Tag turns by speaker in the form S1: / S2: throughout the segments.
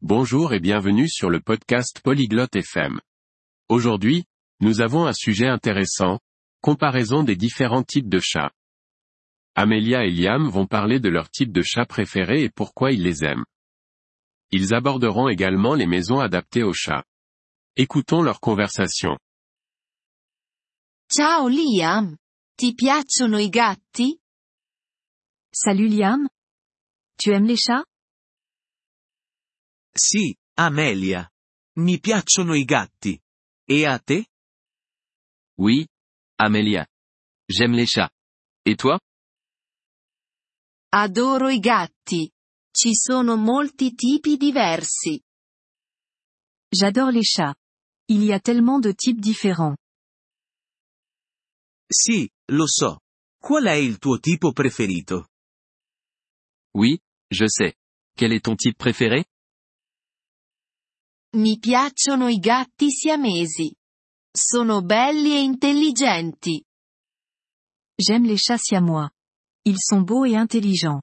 S1: Bonjour et bienvenue sur le podcast Polyglotte FM. Aujourd'hui, nous avons un sujet intéressant, comparaison des différents types de chats. Amelia et Liam vont parler de leur type de chat préféré et pourquoi ils les aiment. Ils aborderont également les maisons adaptées aux chats. Écoutons leur conversation.
S2: Ciao Liam. Ti piacciono i gatti?
S3: Salut Liam. Tu aimes les chats
S4: Sì, Amelia. Mi piacciono i gatti. E a te?
S5: Oui, Amelia. J'aime les chats. Et toi
S2: Adoro i gatti. Ci sono molti tipi diversi.
S3: J'adore les chats. Il y a tellement de types différents.
S4: Sì, lo so. Qual è il tuo tipo preferito?
S5: Oui, je sais. Quel est ton type préféré
S2: Mi piacciono i gatti siamesi. Sono belli e intelligenti.
S3: J'aime les chats siamois. Ils sont beaux et intelligents.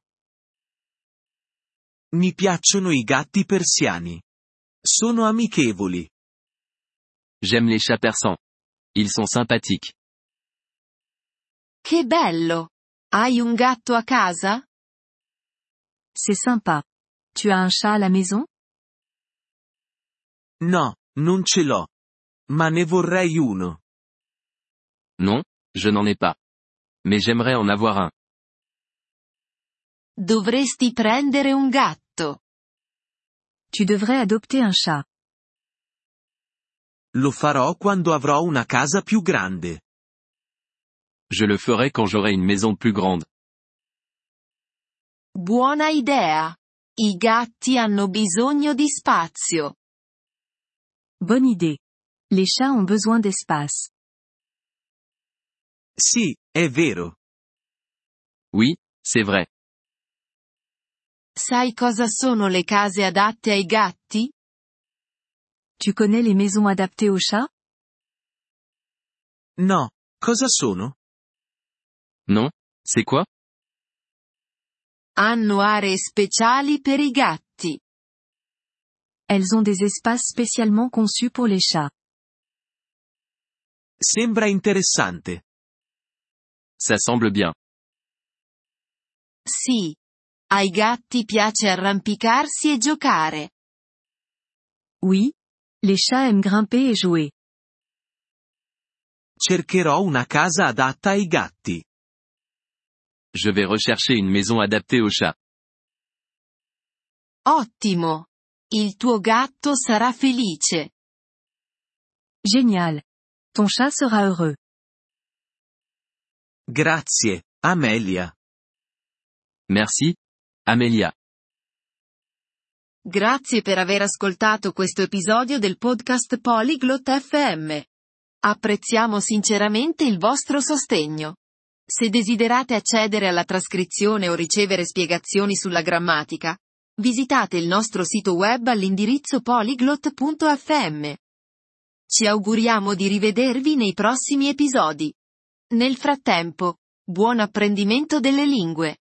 S4: Mi piacciono i gatti persiani. Sono amichevoli.
S5: J'aime les chats persans. Ils sont sympathiques.
S2: Che bello! Hai un gatto a casa?
S3: C'est sympa. Tu as un chat à la maison
S4: No, non ce l'ho. Ma ne vorrei uno.
S5: Non, je n'en ai pas. Mais j'aimerais en avoir un.
S2: Dovresti prendere un gatto.
S3: Tu devrais adopter un chat.
S4: Lo farò quando avrò una casa più grande.
S5: Je le ferai quand j'aurai une maison plus grande.
S2: Buona idea. I gatti hanno bisogno di spazio.
S3: Bonne idée. Les chats ont besoin d'espace.
S4: Sì, è vero.
S5: Oui, c'est vrai.
S2: Sai cosa sono le case adatte ai gatti?
S3: Tu connais les maisons adaptées aux chats
S4: No, cosa sono?
S5: Non C'est quoi
S2: Hanno aree speciali per i gatti.
S3: Elles ont des espaces spécialement conçus pour les chats.
S4: Sembra interessante.
S5: Ça semble bien.
S2: Sì. Ai gatti piace arrampicarsi e giocare.
S3: Oui. Les chats aiment grimper et jouer.
S4: Cercherò una casa adatta ai gatti.
S5: Je vais rechercher une maison adaptée aux chats.
S2: Ottimo. Il tuo gatto sarà felice.
S3: Génial. Ton chat sera heureux.
S4: Grazie, Amelia.
S5: Merci. Amelia.
S2: Grazie per aver ascoltato questo episodio del podcast Polyglot FM. Apprezziamo sinceramente il vostro sostegno. Se desiderate accedere alla trascrizione o ricevere spiegazioni sulla grammatica, visitate il nostro sito web all'indirizzo polyglot.fm. Ci auguriamo di rivedervi nei prossimi episodi. Nel frattempo, buon apprendimento delle lingue.